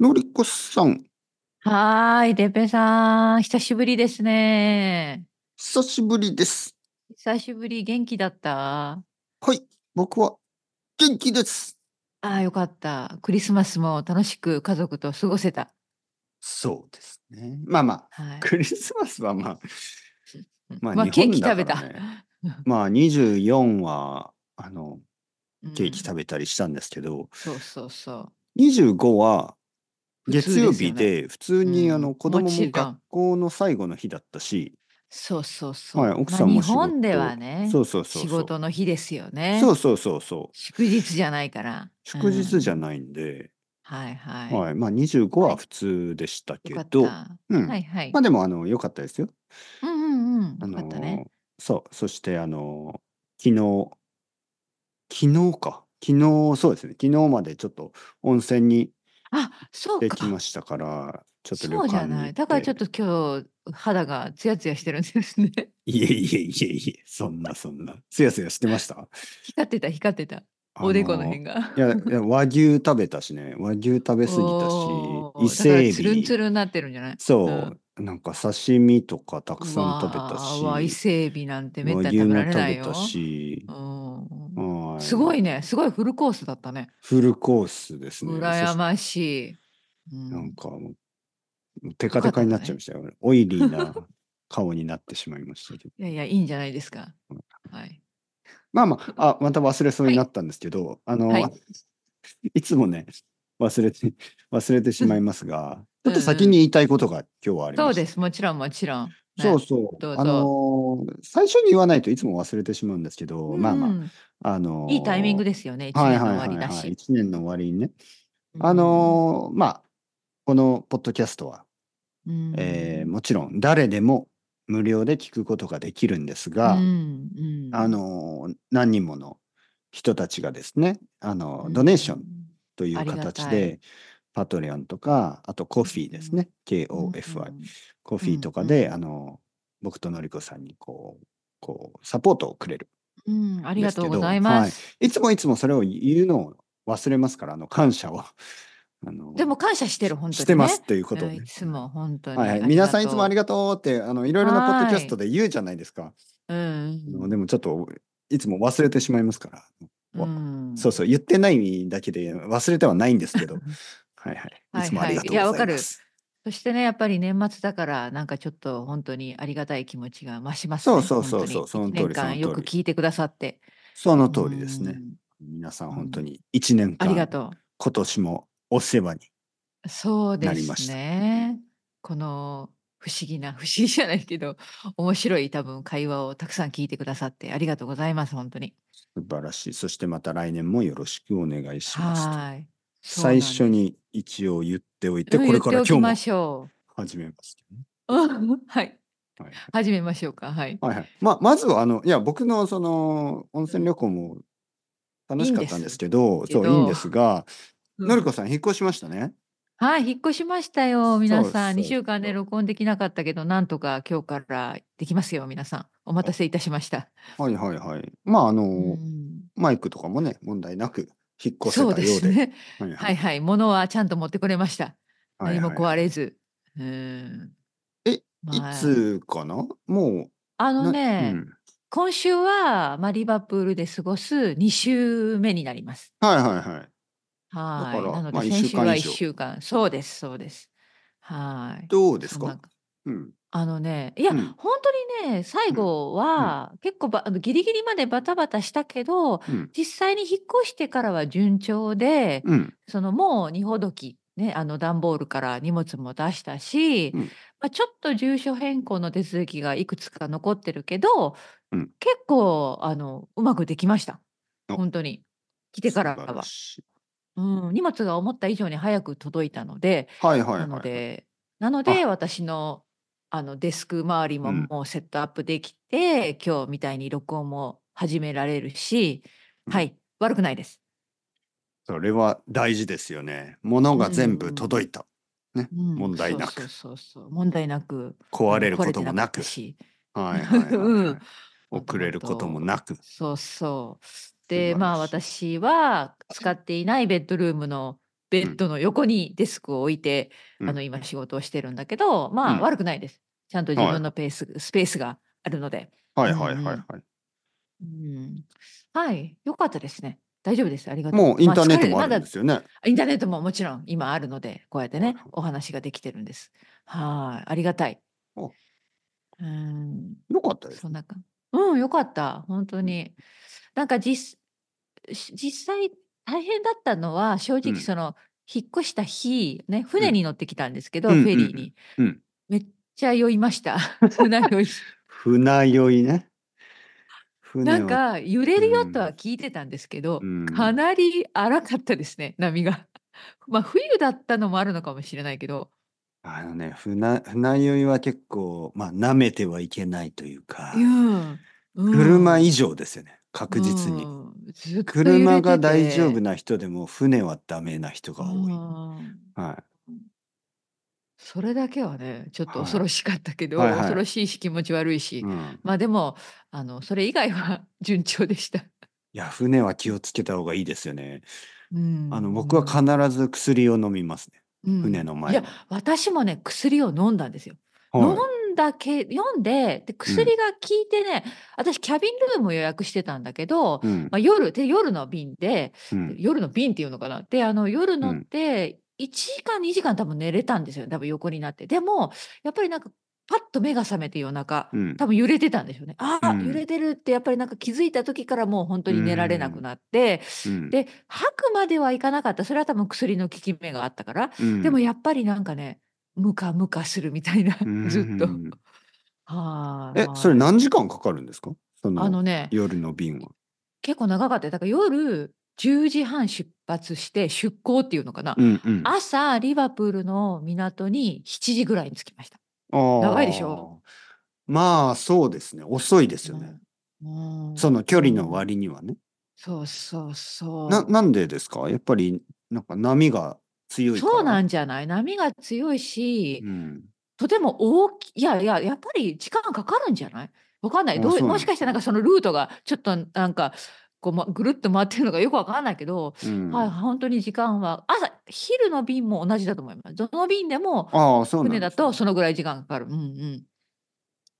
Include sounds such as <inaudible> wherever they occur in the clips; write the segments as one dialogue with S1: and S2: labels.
S1: のりこさん、
S2: はーい、デペさん、久しぶりですね。
S1: 久しぶりです。
S2: 久しぶり、元気だった
S1: はい、僕は元気です。
S2: ああ、よかった。クリスマスも楽しく家族と過ごせた。
S1: そうですね。まあまあ、
S2: は
S1: <laughs>
S2: い。
S1: クリスマスはまあ、まあ
S2: まあ、ケーキ
S1: 日本だ
S2: 食べた
S1: から。まあ24は、あの、ケーキ
S2: べ
S1: 食べたりしたんですけど、
S2: そうそうそう。
S1: 25は
S2: 普
S1: 月
S2: 通ですよ
S1: 曜
S2: ね
S1: 日で、普通にあ
S2: う
S1: の
S2: ん
S1: 子供
S2: もちろ
S1: も
S2: ん
S1: 学校の最後の日だったし、
S2: そうそうそう。
S1: はい、奥さんも
S2: まあ、
S1: 仕
S2: 日
S1: 事
S2: 本ではね
S1: そうそうそうそう。
S2: 仕事の日ですよね。
S1: そうそうそうそう。
S2: 祝日じゃないから。
S1: 祝日じゃ
S2: うん
S1: ないんで、
S2: はいはい。
S1: はい、まあ25
S2: は
S1: はい普通でしたけ
S2: よかった。
S1: ど、うん
S2: はいはい
S1: まあ。でもあの良かったですよ。
S2: うんうん
S1: あ
S2: うん。よ
S1: の
S2: かったね。
S1: ーそうそしてあのー昨日昨日か昨日そうですね昨日までちょっと温泉に
S2: あ、そう
S1: で
S2: か。
S1: きましたからちょっと旅
S2: そ
S1: 館
S2: う
S1: に
S2: じゃ
S1: 行
S2: ない。だからちょっと今日肌がツヤツヤしてるんですね。 <laughs>
S1: いえいえいえいえそんなそんなすやすやしてました。
S2: 光ってた光ってた。 <laughs> おでこの辺
S1: が。
S2: が。
S1: いやいや和牛食べたしね和牛食べ過ぎた
S2: おー
S1: し伊勢
S2: だからつるんつ
S1: 海老
S2: るんなってるんじゃない？
S1: そう、なんか刺身とかた
S2: た
S1: くさん食べたし
S2: 伊勢海老なんてめっ
S1: 和
S2: たに
S1: 牛
S2: 食
S1: も
S2: べら
S1: 食
S2: れない
S1: べ
S2: よ。
S1: たし
S2: う、ん
S1: は
S2: すごいね。すごいフルコースだったね。
S1: フルコースですね。
S2: 羨
S1: そし
S2: ましい。う
S1: て
S2: ん
S1: なんかもう、テカテカになっちゃいましたよ。オイリー
S2: <laughs>
S1: な顔になってしまいましたけど。
S2: いやいやいいんじゃないですか。はい。
S1: まあまあ、あ、また忘れそうになったんですけど、あの、
S2: はい
S1: い、つもね、忘れて、忘れてしまいますが、ちょ
S2: う
S1: っ
S2: ん
S1: と先に言いたいことが今日はあります。
S2: そうです。もちろんもちろん。ね
S1: そうそう。
S2: どうぞ
S1: あのー最初に言わないといつも忘れてしまうんですけど、まあ
S2: う
S1: ま
S2: ん
S1: あ、あのー
S2: いいタイミングですよね。一
S1: はい
S2: 年の
S1: は
S2: 終
S1: いは
S2: わり
S1: い、
S2: だ
S1: はい。
S2: し。
S1: 1年の終わりにね。
S2: うん
S1: あのーまあ、このポッドキャストは、
S2: うん
S1: えーもちろん誰でも無料で聞くことができるんですが、
S2: うんうん
S1: あのー何人もの人たちがですねあの
S2: う
S1: ー
S2: ん
S1: ドネーションとい
S2: あ
S1: う
S2: りがたい
S1: 形で、パトレオンとかあとコフィーですね、KOFI、
S2: うん
S1: コフィーとかで、あのー僕とのりこさんにこうこうサポートをくれる
S2: うん、ありがとうござい
S1: で
S2: ますす。
S1: いつもいつもそれを言うのを忘れますからあの感謝をあのー
S2: でも感謝してる、本当に、ね。
S1: してますということを
S2: うん
S1: ね
S2: いつも本当に。
S1: はいはい、皆さんいつもあり
S2: が
S1: がとうってあのいろいろなポッドキャスト
S2: は
S1: で言うじゃないですか、
S2: とう。うん
S1: あのでもちょっといつも忘れてしまいますから、
S2: うん。
S1: そうそう言ってないだけで忘れてはないんですけ
S2: <laughs>
S1: どはいはいいつもありがとうございます、
S2: はいはいいやわかるそしてね、やっぱり年末だから、なんかちょっと本当にありがたい気持ちが増します、ね。
S1: そうそうそうそう
S2: 本当に
S1: その通り
S2: 一年
S1: その
S2: 間よ
S1: 通り
S2: く聞いてくださって。
S1: そ
S2: そ
S1: の通りですね、。皆さん本当に1年
S2: ありが
S1: 間
S2: と
S1: 今年もお世話に
S2: う。そうで
S1: なりまし
S2: す
S1: た
S2: ね。この不思議な、不思議じゃないけど、面白い多分会話をたくさん聞いてくださって、ありがとうございます、本当に。
S1: 素晴らしいそしてまた来年もよろしくお願いしますと
S2: はい。そうなん
S1: 最
S2: です
S1: 初に一応言っておいて
S2: うん
S1: これから
S2: 言ってお
S1: 今
S2: きま
S1: 日
S2: しょ
S1: も始めますけどね、
S2: う。うん <laughs>
S1: は
S2: はい。
S1: いはい
S2: 始めましょうか。はい。
S1: はいはい。まあ、まずは、あの、いや、僕の、その、温泉旅行も楽しかったんですけど、
S2: いいんです
S1: そう、
S2: け
S1: い
S2: ど
S1: いんですが、
S2: うん
S1: のりこさん、引っ越しましたね。
S2: はい、引っ越しましたよ、皆さん。
S1: そうそう
S2: 2週間で録音できなかったけど、なんとか今日からできますよ、皆さん。お待たせいたしました。
S1: はいはいはい。まあ、あの、
S2: うん
S1: マイクとかもね、問題なく引っ越せた
S2: そ
S1: よ
S2: う
S1: うで。
S2: ですね。 <laughs>
S1: はい
S2: はいはい。物はちゃんと持ってこれました。
S1: はい
S2: 何も
S1: はい
S2: 壊れず。うん。
S1: え、
S2: まあ
S1: いつかなも
S2: あ
S1: う、
S2: の
S1: な
S2: ね、
S1: うん
S2: 今週は、まあ、リバプールで過ごす2週目になります。
S1: はいはいはい。だか
S2: は
S1: ら
S2: い。なの
S1: まあ
S2: で、
S1: 一週
S2: 先週
S1: 間
S2: は
S1: 以
S2: 1
S1: 上
S2: 週間。そうです、そうです。はい。
S1: どうです
S2: そんな
S1: かうん。
S2: あのね、いや、
S1: うん
S2: 本当にね、最後は、結構ば、あのギリギリまでバタバタしたけど、
S1: うん。
S2: 実際に引っ越してからは順調で、
S1: うん。
S2: そのもう荷ほどき、ね、あの段ボールから荷物も出したし、
S1: うん
S2: まあ、ちょっと住所変更の手続きがいくつか残ってるけど、
S1: うん
S2: 結構、あの、うまくできました。
S1: お
S2: 本当に。来てから
S1: 素晴ら
S2: は。
S1: しい
S2: うん、荷物が思った以上に早く届いたので、
S1: はいはいはい。
S2: なので、なので私のあのデスク周りも
S1: うん
S2: もうセットアップできて、今日みたいに録音も始められるし、
S1: うん
S2: はい、悪くないです。
S1: それは大事ですよね。物が全部届いた。
S2: うん
S1: 問題なく
S2: そうそうそうそう問題なく
S1: 壊れる
S2: うん
S1: こともな
S2: 壊れてか
S1: く。
S2: ったし、
S1: はいはい <laughs> はい、はい
S2: うん
S1: 遅れることもなく。
S2: そうそう。
S1: 晴ら
S2: で、
S1: しい
S2: まあ私は使っていないベッドルームのベッドの横にデスクを置いて、
S1: うん
S2: あの今仕事をしてるんだけど、ま
S1: うん
S2: あ悪くないです。ちゃんと自
S1: はい
S2: 分のペース、スペースがあるので。
S1: はいはいはいはい。
S2: うん、はい、良かったですね。大丈夫です。ありがとう。
S1: もうインターネットも
S2: ま
S1: ある
S2: 疲れま
S1: ん
S2: だ
S1: ですよね。
S2: インターネットももちろん今あるので、こうやって
S1: はい
S2: ね
S1: はい、
S2: お話ができてるんです。はい、ありがたい。
S1: お
S2: うん、
S1: よかったです
S2: そ。んなか。うん、よかった。本当
S1: ん
S2: に。なんか実、し実際大変だったのは、正
S1: うん
S2: 直その、引っ越した日、ね、船に乗ってきたんですけど、
S1: うんうん
S2: フェリーに。
S1: うんうんうん
S2: めっちゃ酔いま
S1: <laughs>
S2: した。船酔い。
S1: 船酔いね。船
S2: な
S1: は
S2: ん、か、揺れるよとは聞いてたんですけど、
S1: うん
S2: かなり荒かったですね、波が。 <laughs> まあ、冬だったのもあるのかもしれないけど、
S1: あのね船、船酔いは結構、まあ、舐めてはいけないというか、
S2: うんうん
S1: 車以上ですよね、確実に
S2: う。んずっと揺れてて
S1: 車が大丈夫な人でも、船はダメな人が多い。
S2: うん
S1: は
S2: それだけはね、ちょっと
S1: はい
S2: 恐ろしかったけど、
S1: はいはい
S2: 恐ろしいし気持ち悪いし、
S1: い。うん、
S2: まあでも、あの、それ以外は <laughs> 順調でした。
S1: いや、船は気をつけた方がいいですよね。
S2: うん、
S1: あの、僕は必ず薬を飲みますね。
S2: うん
S1: 船の前
S2: いや
S1: は、
S2: 私もね、薬を飲んだんですよ。
S1: はい
S2: 飲んだけ、飲んで、で薬が効いてね、私、キャビンルームを予約してたんだけど、
S1: うん
S2: まあ、夜、で、夜の便で、
S1: うん
S2: 夜の便っていうのかな。で、あの、夜乗
S1: う
S2: っ
S1: ん
S2: て、1時間、2時間多分寝れたんですよ。多分横になって。でも、やっぱりなんか、パッと目が覚めて夜中、
S1: うん
S2: 多分揺れてたんでしょうね。ああ、
S1: うん
S2: 揺れてるって、やっぱりなんか気づいた時からもう本当に寝られなくなって、
S1: うん
S2: で、吐くまではいかなかった。それは多分薬の効き目があったから。
S1: うん
S2: でもやっぱりなんかね、ムカムカするみたいな、 <laughs> ずっと
S1: う。ん
S2: はーい
S1: え
S2: ま、あ
S1: それ何時間かかるんですかそ
S2: あの
S1: の
S2: ね、
S1: 夜の便は。
S2: 結構長かったよだから夜10時半出発して出港っていうのかな、
S1: うんうん
S2: 朝リバプールの港に7時ぐらいに着きました。
S1: 長
S2: いでしょ
S1: まあそうですね遅いですよね、
S2: うんうん
S1: その距離の割にはね、
S2: そうそうそう
S1: ななんでですかやっぱりなんか波が強いから、
S2: そうなんんじゃない波が強いし、
S1: うん、
S2: とても大きいやいややっぱり時間かかるんじゃないわかんない
S1: あ
S2: ど
S1: そう
S2: う
S1: なん
S2: もしかしてなんかそのルートがちょっとなんかこう、ま、ぐるっと回ってるのかよくわかんないけど、
S1: うん
S2: はい、本当に時間は朝昼の便も同じだと思います。どの便でも
S1: ああそうなん
S2: 船
S1: で
S2: だ
S1: すね
S2: とそのぐらい時間かかる。うんうん。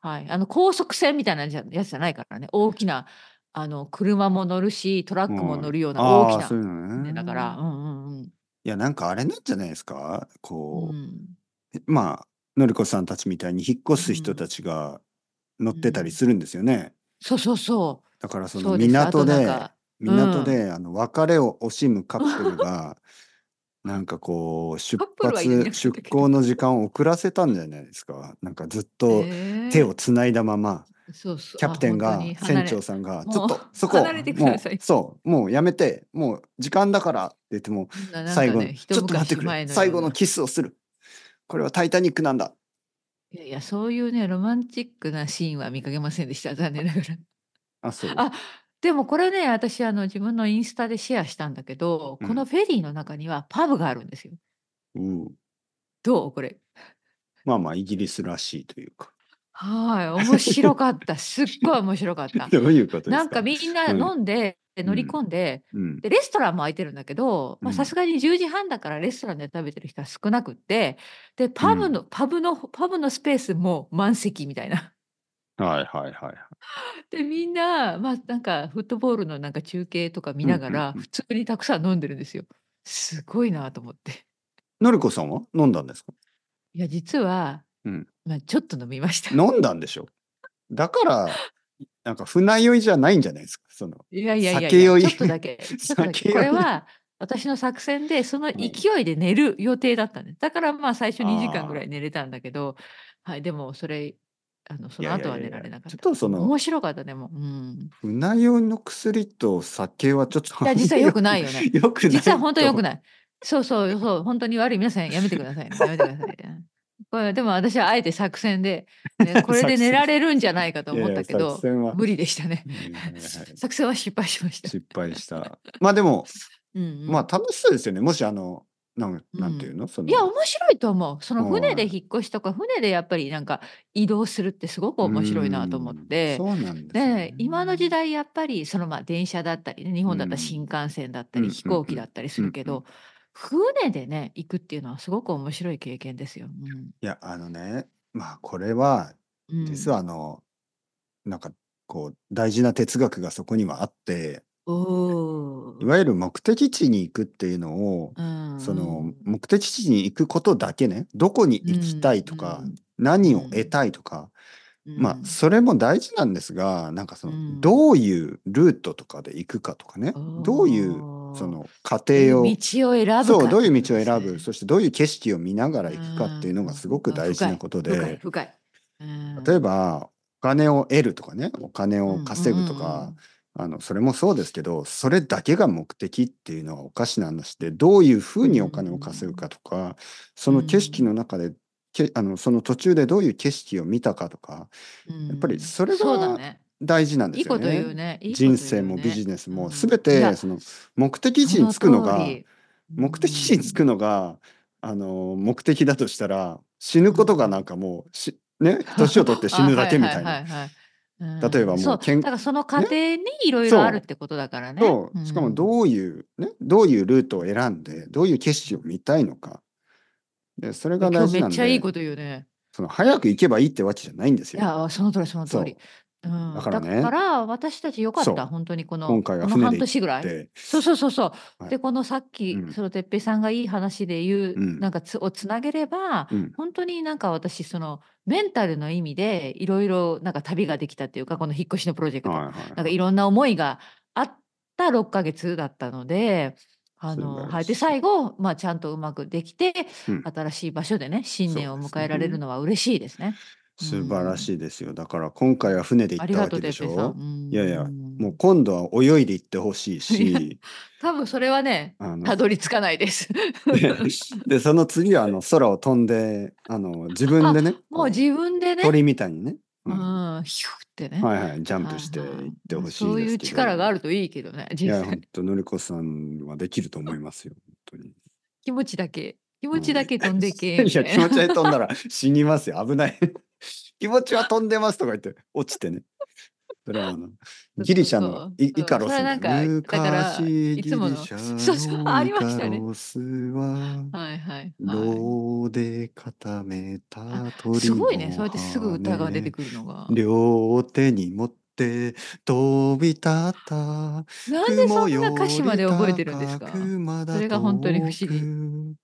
S2: はい。あの高速船みたいなやつじゃないからね。大きなあの車も乗るし、トラックも乗るような
S1: ああ
S2: 大き
S1: そう
S2: な
S1: いうのね
S2: 船だから。うんうん
S1: いやなんかあれなんじゃないですか
S2: うん。
S1: こ
S2: う
S1: う、
S2: ん
S1: まあのりこさんたちみたいに引っ越す人たちが乗ってたりするんですよね、
S2: そうそうそ
S1: だから
S2: う。
S1: そ
S2: そ
S1: の
S2: うです。あと
S1: 港
S2: なん
S1: で
S2: かうん
S1: 港で、あの別れを惜しむカップル
S2: <laughs>
S1: がなんかこう出
S2: カップルはいなくな
S1: 発
S2: ったけど
S1: 出港の時間を遅らせたんじゃないですかなんかずっと
S2: ねえ
S1: 手をつないだまま、
S2: そうそう
S1: キャプテン
S2: あ
S1: が
S2: 本当に離
S1: 船
S2: れ
S1: 長さんが
S2: もう
S1: ちょっとそこ
S2: 離れてください
S1: もうそうもうやめてもう時間だからって言っても
S2: そんななんか
S1: 最
S2: ね
S1: 後の、
S2: 一
S1: ちょっと待ってく
S2: 昔前
S1: れ
S2: ような
S1: 最後のキスをするこれは「タイタニック」なんだ
S2: いやいや、そういうね、ロマンチックなシーンは見かけませんでした。残念ながら。
S1: あそう
S2: あでもこれね私あの自分のインスタでシェアしたんだけど、
S1: うん
S2: このフェリーの中にはパブがあるんですよ。
S1: うん、
S2: どうこれ。
S1: まあまあイギリスらしいというか
S2: <laughs> はーい面白かったすっごい面白か
S1: <laughs>
S2: った。
S1: どういうことですか
S2: なんかみんな
S1: うん
S2: 飲んで、乗り込んで
S1: うん
S2: でレストランも空いてるんだけどま
S1: う
S2: あ
S1: ん
S2: さすがに10時半だからレストランで食べてる人は少なくってでパブの、パブのパブのスペースも満席みたいな。
S1: はいはいはい
S2: でみんなまあなんかフットボールのなんか中継とか見
S1: うん
S2: なが
S1: う
S2: ら
S1: んうん
S2: 普通にたくさん飲んでるんですよ。すごいなと思って。 <laughs>
S1: のりこさんは飲んだんですか
S2: いや実は、
S1: うん
S2: まあ、ちょっと飲みました。
S1: 飲んだんでしょだからなんか船酔いじゃないんじゃないですかその
S2: <laughs> いやいやいや
S1: 酒
S2: いや
S1: 酔い
S2: ちょっと
S1: <laughs>
S2: だけ。ちょっとだ
S1: 酒酔
S2: け
S1: い
S2: これは私の作戦でその勢いで寝る予定だったんです。だからまあ最初2時間ぐらい寝れたんだけど、はい、でもそれあのそ
S1: い
S2: の
S1: やいや
S2: 後はい
S1: やい
S2: 寝
S1: や
S2: られなかった。
S1: ちょっとその
S2: 面白かったでも、うん、
S1: 船酔いの薬と酒はちょっと <laughs>
S2: いや実は良くないよね
S1: 良くない
S2: 実は本当に良く
S1: い
S2: ない。そうそうそう、本当に悪い。皆さんやめてくださ
S1: <laughs>
S2: いね。やめてくださいね。これでも私はあえて作戦で、
S1: <laughs>
S2: ねこれで寝られるんじゃないかと
S1: いや
S2: 思っ
S1: いや
S2: たけど
S1: 作、戦は
S2: 無理でしたね。
S1: いやいやいや
S2: 作戦は失敗しま
S1: <laughs>
S2: した。
S1: 失敗したまあでも、
S2: うんうん
S1: まあ楽しそうですよねもしあのなんなんていうの、その
S2: いや、面白いと思う。その船で
S1: うん
S2: 引っ越しとか、船でやっぱりなんか移動するってすごく面白いなと思っ
S1: うん
S2: て。
S1: そうなんですよね、
S2: で今の時代やっぱりそのまあ電車だったりね日本だった
S1: うん
S2: ら新幹線だったり
S1: うん
S2: 飛行機だったりするけ
S1: うん
S2: ど船でね、行くっていうのはすごく面白い経験ですよ。うん
S1: いや、あのね、まあ、これは、
S2: うん
S1: 実はあの、なんか、こう、大事な哲学がそこにはあって、
S2: お
S1: い
S2: ー
S1: わゆる目的地に行くっていうのを、
S2: うん
S1: その、
S2: うん
S1: 目的地に行くことだけね、どこに
S2: う
S1: 行きたいとか、
S2: ん
S1: 何を得たいとか、
S2: うん
S1: まあ、それも大事なんですが、なんかその、
S2: うん
S1: どういうルートとかで行くかとかね、
S2: うん
S1: どういう、
S2: おー
S1: その、過
S2: どういう
S1: 程を、
S2: 道を選ぶか
S1: そう、どう
S2: って
S1: いう
S2: こと
S1: 道を選
S2: ですね
S1: ぶ、そしてどういう景色を見ながら行くかっていうのがすごく
S2: うん
S1: 大事なこと
S2: 深い
S1: で、
S2: 深い深い
S1: 例えば、お金を得るとかね、お金
S2: う
S1: を
S2: ん
S1: 稼ぐとか、あの、それもそうですけど、それだけが目的っていうのはおかしな話で、どういうふうにお金を稼ぐかとか、その景色の中で、けあのその途中でどういう景色を見たかとか、やっぱりそれが
S2: そうだね
S1: 大事なんで
S2: いい
S1: すよ
S2: こと
S1: ね。
S2: 言うねいいこと言う
S1: 人
S2: ね
S1: 生もビジネス
S2: う
S1: も
S2: ん
S1: すべ
S2: いや
S1: てその目的地
S2: そ
S1: に
S2: の
S1: 着くの
S2: 通
S1: が
S2: り
S1: 目的地に着くのがあの目的だとしたら死ぬことがなんかもうしね
S2: <laughs>
S1: 年を取って死ぬだけみたいな。
S2: な
S1: 例えばもう
S2: そう
S1: 健
S2: だからその過程にいろい
S1: そう
S2: ろあるってことだからね
S1: としかも
S2: う
S1: どういうねどういうルートを選んでどういう景色を見たいのかでそれ
S2: ん
S1: が
S2: 今
S1: 大
S2: 日
S1: 事
S2: め
S1: な
S2: っ
S1: ん
S2: ちゃいい
S1: で
S2: こと言うね
S1: その早く行けばいいってわけじゃないんです
S2: い
S1: よ。
S2: やその通りその
S1: そ
S2: 通
S1: う
S2: りうん
S1: だから
S2: だ
S1: ね
S2: から私たちよか
S1: そ
S2: っ
S1: う
S2: た本当にこの
S1: 今回は
S2: この
S1: 船
S2: 半
S1: で行
S2: 年ぐら
S1: っ
S2: い
S1: て、
S2: そうそうそうそう。
S1: はい
S2: でこのさっき、
S1: うん
S2: その哲平さんがいい話で言う
S1: うん
S2: なんかつをつなげれば
S1: うん
S2: 本当になんか私そのメンタルの意味でいろいろなんか旅ができたっていうかこの引っ越しのプロジェクト、
S1: はいはい
S2: なんかいろんな思いがあった6ヶ月だったので。あ
S1: 素晴
S2: の
S1: ら
S2: はい、で
S1: しい
S2: 最後、まあ、ちゃんとうまくできて
S1: うん
S2: 新しい場所でね新年を
S1: そうです
S2: 迎
S1: ね
S2: えられるのは嬉しいですね。
S1: 素晴ら
S2: い、
S1: しいですよ。だから今回は船で行
S2: あ
S1: っ
S2: り
S1: た
S2: が
S1: わ
S2: とう
S1: けでし
S2: 哲平さ
S1: ょ
S2: ん。うん
S1: いやいや、もう今度は泳いで行ってほしいし、
S2: 多分それはね
S1: <laughs> あの
S2: たどり着かないです。 <laughs>
S1: ででその次はあの空を飛んで、あの自分でね、
S2: もう
S1: こ
S2: 自分で
S1: う
S2: ね、
S1: 鳥みたいにね、
S2: う
S1: うん
S2: ん、ヒューってね。
S1: はいはい、ジャンプして
S2: はいはい
S1: 行ってほしいですけど。
S2: そういう力があるといいけどね、
S1: い
S2: 人
S1: や、
S2: 生
S1: 本当のりこさんはできると思いますよ。本当に。
S2: 気持ちだけ、気持ちだけ飛んでけ。
S1: <laughs> いや、
S2: みた
S1: 気
S2: いな
S1: 持ちで飛んだら <laughs> 死にますよ。危ない。 <laughs> 気持ちは飛んでますとか言って、落ちてね。それはあ
S2: <laughs>
S1: の
S2: う
S1: ギリシャ
S2: そ
S1: の
S2: う
S1: イ
S2: そう
S1: イカロス
S2: それなんか
S1: 昔
S2: だからいつもの
S1: ギリシャ
S2: そうそうありました
S1: の
S2: ね
S1: イカロスは、
S2: はいはいは
S1: 牢で固めた鳥の羽
S2: い。すごいね、そうやってすぐ歌が出てくるのが。
S1: 両手に持って飛び立った
S2: なんでそんな歌詞まで覚えてるんですか。
S1: そ
S2: それが本当に不思
S1: 議。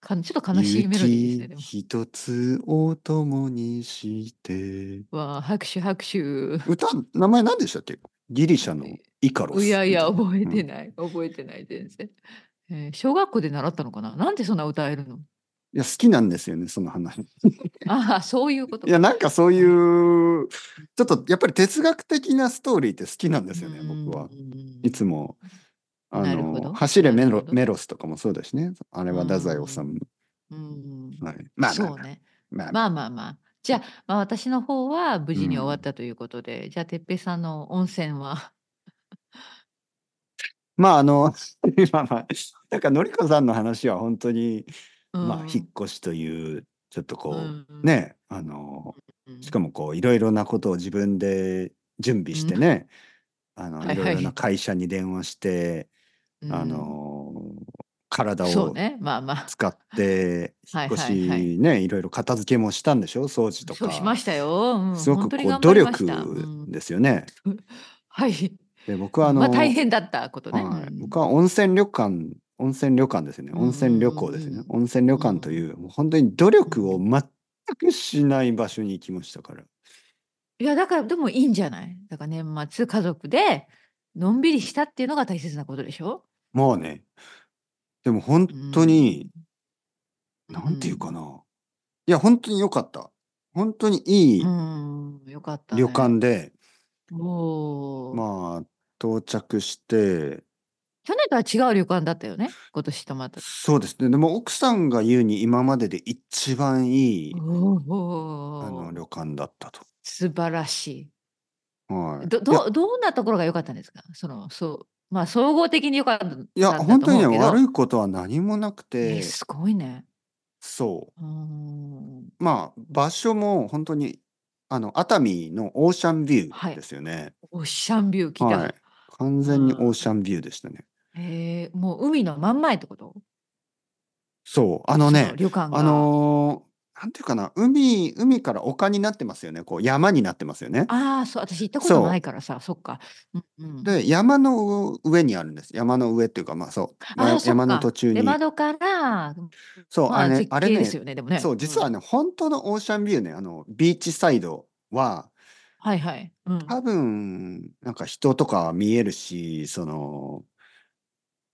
S2: かちょっと悲しいメロディーですね。でも
S1: 雪一つを共にして。
S2: わあ、拍手拍手。
S1: 歌、名前何でしたっけギリシャのイカロス。
S2: いやいや、覚え
S1: う
S2: て
S1: ん
S2: ない、覚えてない、全然。えー小学校で習ったのかななんでそんな歌えるの
S1: いや、好きなんですよね、その話。い
S2: ああ、そういうことか
S1: や、なんかそういう、ちょっとやっぱり哲学的なストーリーって好きなんですよね、僕は。。いつ
S2: も。
S1: も。あ
S2: なるほど
S1: の走れメ
S2: なる
S1: ロ
S2: ほど
S1: メロスとかもそうだしね。あれは太宰治。
S2: うん
S1: はい、まあまあ
S2: そうね。
S1: まあまあ
S2: まあまあまあ。じゃあ、まあ、私の方は無事に終わったということで、じゃあ、てっぺいさんの温泉は。
S1: まああの <laughs> まあまあだからのりこさんの話は本当に、まあ引っ越しというちょっとこう、ねあのしか
S2: も、
S1: もこういろいろなことを自分で準備してね、あ
S2: は
S1: の
S2: いはい
S1: いろいろな会社に電話して、
S2: うん
S1: あ、の体
S2: そう
S1: を
S2: ね、まあまあ。
S1: 使って引
S2: は
S1: っ
S2: い
S1: 越
S2: は
S1: し
S2: いはい
S1: ねいろいろ片付けもしたんでしょ掃除と
S2: そ
S1: か。
S2: うしましたよ。うん
S1: すご
S2: 本
S1: く
S2: 当に
S1: こう
S2: 頑張
S1: 努
S2: りましたう
S1: 力
S2: ん
S1: ですよね。
S2: はい。
S1: で僕はあの、
S2: まあ大変だったことね。
S1: は
S2: う
S1: い、
S2: ん
S1: 僕は温泉旅館温泉旅館ですよね温泉旅行ですよね
S2: うんうんうん
S1: 温泉旅館というもう本当に努力を全くしない場所に行きましたから
S2: いやだからでもいいんじゃないだから年末家族でのんびりしたっていうのが大切なことでしょ
S1: もうねでも本当に、なんていうかな、いや本当に良かった本当にいい
S2: うん、うんよかった、ね。
S1: 旅館で、
S2: おー
S1: まあ到着して
S2: 去年とは違う旅館だったよね。今年とまた。
S1: そうですねでも奥さんが言うに今までで一番いい、
S2: お
S1: あの
S2: ー
S1: 旅館だったと。
S2: 素晴らし。
S1: はいい、
S2: ど
S1: いや
S2: どどんなところが良かったんですかそのそうまあ総合的に良かったんだと思う
S1: い
S2: けど
S1: や、本当にね、悪
S2: い、
S1: いことは何もなく
S2: え
S1: て、
S2: すごいね。
S1: そう
S2: ーん
S1: う。まあ、場所も本当に、あの、熱海のオーシャンビュ
S2: は
S1: ー
S2: い
S1: ですよね。
S2: オッシャンビュー聞い
S1: は
S2: たの、
S1: い。完全に
S2: うん
S1: オーシャンビューでしたね。
S2: えーもう海の真ん前ってこと
S1: そう、あの
S2: その
S1: ね、
S2: 旅館
S1: あ
S2: が。
S1: のーなんていうかな、海、海から丘になってますよね。こう山になってますよね。
S2: ああ、そう、私行ったことな
S1: そ
S2: いからさ、そっか。うんうん。
S1: う。で、山の上にあるんです。山の上っていうか、まあそう。
S2: あ
S1: や
S2: あ、そっ
S1: 山の途
S2: か。
S1: 中
S2: 出
S1: に。
S2: 窓から、うん
S1: そう、
S2: ま
S1: あ
S2: あ
S1: れ、
S2: 絶
S1: あれ
S2: 景で
S1: ね、
S2: すよね、でもね。
S1: そう、
S2: う
S1: 実
S2: ん。
S1: はね、本当のオーシャンビューね、あの、ビーチサイドは、
S2: はいはい。うん。
S1: 多分、なんか人とかは見えるし、その、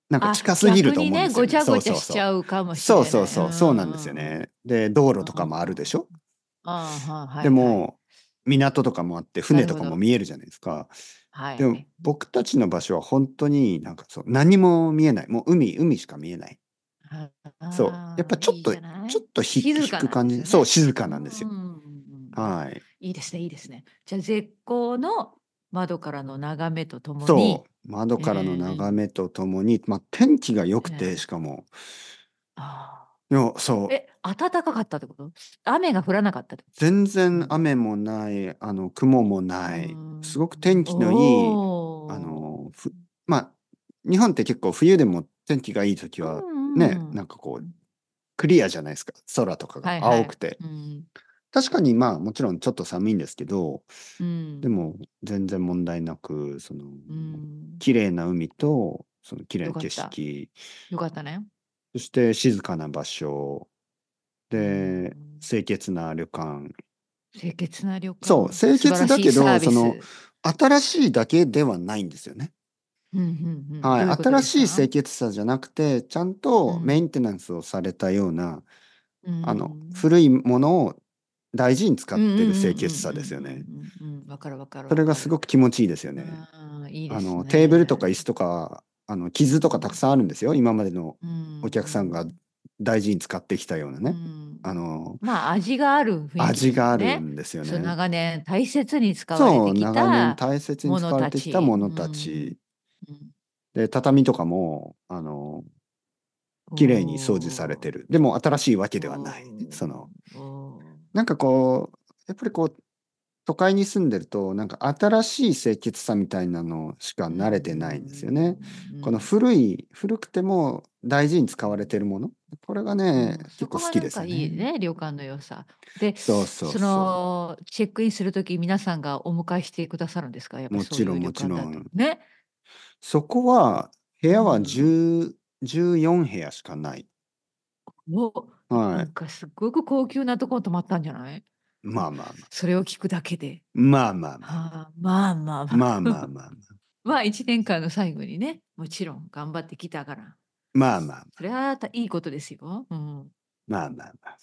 S1: なんか
S2: あ、
S1: 近すぎる
S2: 逆
S1: と
S2: に
S1: 思うんで
S2: ね、
S1: すよ
S2: ご
S1: ね。
S2: ちゃ
S1: そ
S2: ご
S1: う
S2: ちゃ
S1: そう
S2: し
S1: そ
S2: ち
S1: う。
S2: ゃうかもし
S1: そう
S2: れ
S1: そう
S2: ない。うん
S1: そうう、そうなんですよ
S2: んうん。
S1: ね。で、道路
S2: あ
S1: とかもあるでしょ
S2: あ、ああはい
S1: で
S2: はい。
S1: も、港とかもあって、
S2: な
S1: 船
S2: る
S1: と
S2: ほ
S1: かも
S2: ど。
S1: 見えるじゃないですか。
S2: は
S1: でも、
S2: い。
S1: 僕たちの場所は本当になんかそう、何も見えない。もう海、海しか見えない。
S2: あ
S1: そう。やっ
S2: あ、
S1: ぱちょっ
S2: いい
S1: と、
S2: じゃな
S1: ちょ
S2: い
S1: っとひ
S2: 静
S1: 引
S2: か
S1: く
S2: なん
S1: 感
S2: です
S1: じ。
S2: よ
S1: そう、
S2: ね。
S1: 静か
S2: う
S1: なんですよ。
S2: んうんうんうん。
S1: はい。
S2: いいですね、いいですね。じゃあ、絶好の窓からの眺めとともに、
S1: そう。窓
S2: え
S1: からの
S2: ー、
S1: 眺めとともに、まあ、天気が良
S2: え
S1: く
S2: ー、
S1: て、しかも、
S2: ああ。
S1: いやそう、
S2: え、暖かかったってこと雨が降らなかったってこ
S1: 全
S2: とう
S1: 然
S2: ん。
S1: 雨もない、あの、雲も
S2: う
S1: ない、すごく
S2: ん
S1: 天気のいい、あ
S2: おー
S1: の、ふまあ、日本って結構冬でも天気がいい時
S2: う
S1: は、ね、
S2: んう。
S1: なんんかこう、クリアじゃないですか。空とかが
S2: はいは
S1: 青く
S2: い。
S1: て。
S2: うん。
S1: 確かにまあもちろんちょっと寒いんですけど、
S2: う
S1: で
S2: ん。
S1: も全然問題なく、その、
S2: うん。
S1: 綺麗な海と、その綺麗
S2: よ
S1: な
S2: かっ
S1: 景
S2: た。
S1: 色、
S2: よかったね。
S1: そして静かな場所、
S2: う
S1: で、
S2: ん。
S1: 清潔な旅館。
S2: 清潔な旅
S1: そう、
S2: 館。
S1: 清潔
S2: 素晴ら
S1: だ
S2: しい
S1: け
S2: サ
S1: ど、
S2: ービ
S1: その、
S2: ス。
S1: 新しいだけではないんですよね。
S2: うんうんうん。
S1: は
S2: ど
S1: い。
S2: ういうこと
S1: 新し
S2: です
S1: い
S2: か
S1: 清潔さじゃなくて、ちゃん
S2: う
S1: とメ
S2: ん。
S1: ンテナンスをされたような、
S2: う
S1: あの、
S2: ん。
S1: 古いものを大事に使
S2: う
S1: っ
S2: ん
S1: てる
S2: うん
S1: 清
S2: うん
S1: 潔さですよ
S2: うん
S1: ね。
S2: うんうんうん。わかるわかる
S1: そ
S2: わ
S1: れが
S2: か
S1: すご
S2: る。
S1: く気持ちいいですよね。
S2: ああ、いいで
S1: あ
S2: す
S1: の、テーブルとか椅
S2: ね。
S1: 子とか、あの、傷
S2: う
S1: とかたく
S2: ん。
S1: さんあるんですよ。今までの
S2: う
S1: お客さんが
S2: ん。
S1: 大事に使ってきたような
S2: う
S1: ね。
S2: ん。
S1: あの、
S2: まあ味がある雰囲気で
S1: 味
S2: す
S1: が
S2: よ
S1: ある
S2: ね。
S1: んですよ
S2: そう
S1: ね。
S2: 長年大切に使われ
S1: そ
S2: て
S1: う、
S2: き
S1: 長年
S2: た
S1: 大切に
S2: も
S1: 使
S2: の
S1: われ
S2: た
S1: てきた
S2: ち。
S1: も
S2: う
S1: のた
S2: ん。
S1: ち。で、畳とかも、あの、
S2: うん、
S1: 綺麗に掃除され
S2: お
S1: てる。でも新しいわけ
S2: ー
S1: ではない。
S2: お
S1: その、
S2: ーお
S1: なんかこう、やっぱりこう、都会に住んでると、なんか新しい清潔さみたいなのしか
S2: ー。う
S1: 慣れてないんですよね。
S2: ん。う
S1: この
S2: ん。
S1: 古い、古くても大事に使
S2: う
S1: われてる
S2: ん
S1: もの。これが
S2: う
S1: ね、
S2: ん、
S1: 結
S2: そ
S1: 構
S2: こ
S1: 好
S2: が
S1: き
S2: な
S1: で
S2: ん
S1: す
S2: か
S1: よ
S2: いい
S1: ね。
S2: ね、旅館の良さ。で、
S1: そうそう
S2: そ
S1: そ
S2: の、チェックインするとき、皆さんがお迎えしてくださるんですかやっ
S1: う。
S2: ぱり
S1: も
S2: そう
S1: ち
S2: い
S1: ろ
S2: うん
S1: も
S2: 旅
S1: ち
S2: 館
S1: ろ
S2: だと。
S1: ん。
S2: ね。
S1: そこは、部
S2: う
S1: 屋は
S2: ん。
S1: 10 14部屋しかない。
S2: お、な
S1: は
S2: ん
S1: い。
S2: かすっごく高級なところ泊まったんじゃない
S1: まあまあまあ。
S2: それを聞くだけで。
S1: まあまあまあ
S2: はあ、まあま
S1: ま
S2: あま
S1: あ
S2: あ。
S1: まあまあまあ。
S2: まあ一年間の最後にね、もちろん頑張ってきたから。
S1: まあまあま
S2: それはたいいことですよ。うん。
S1: あまあまあまあ。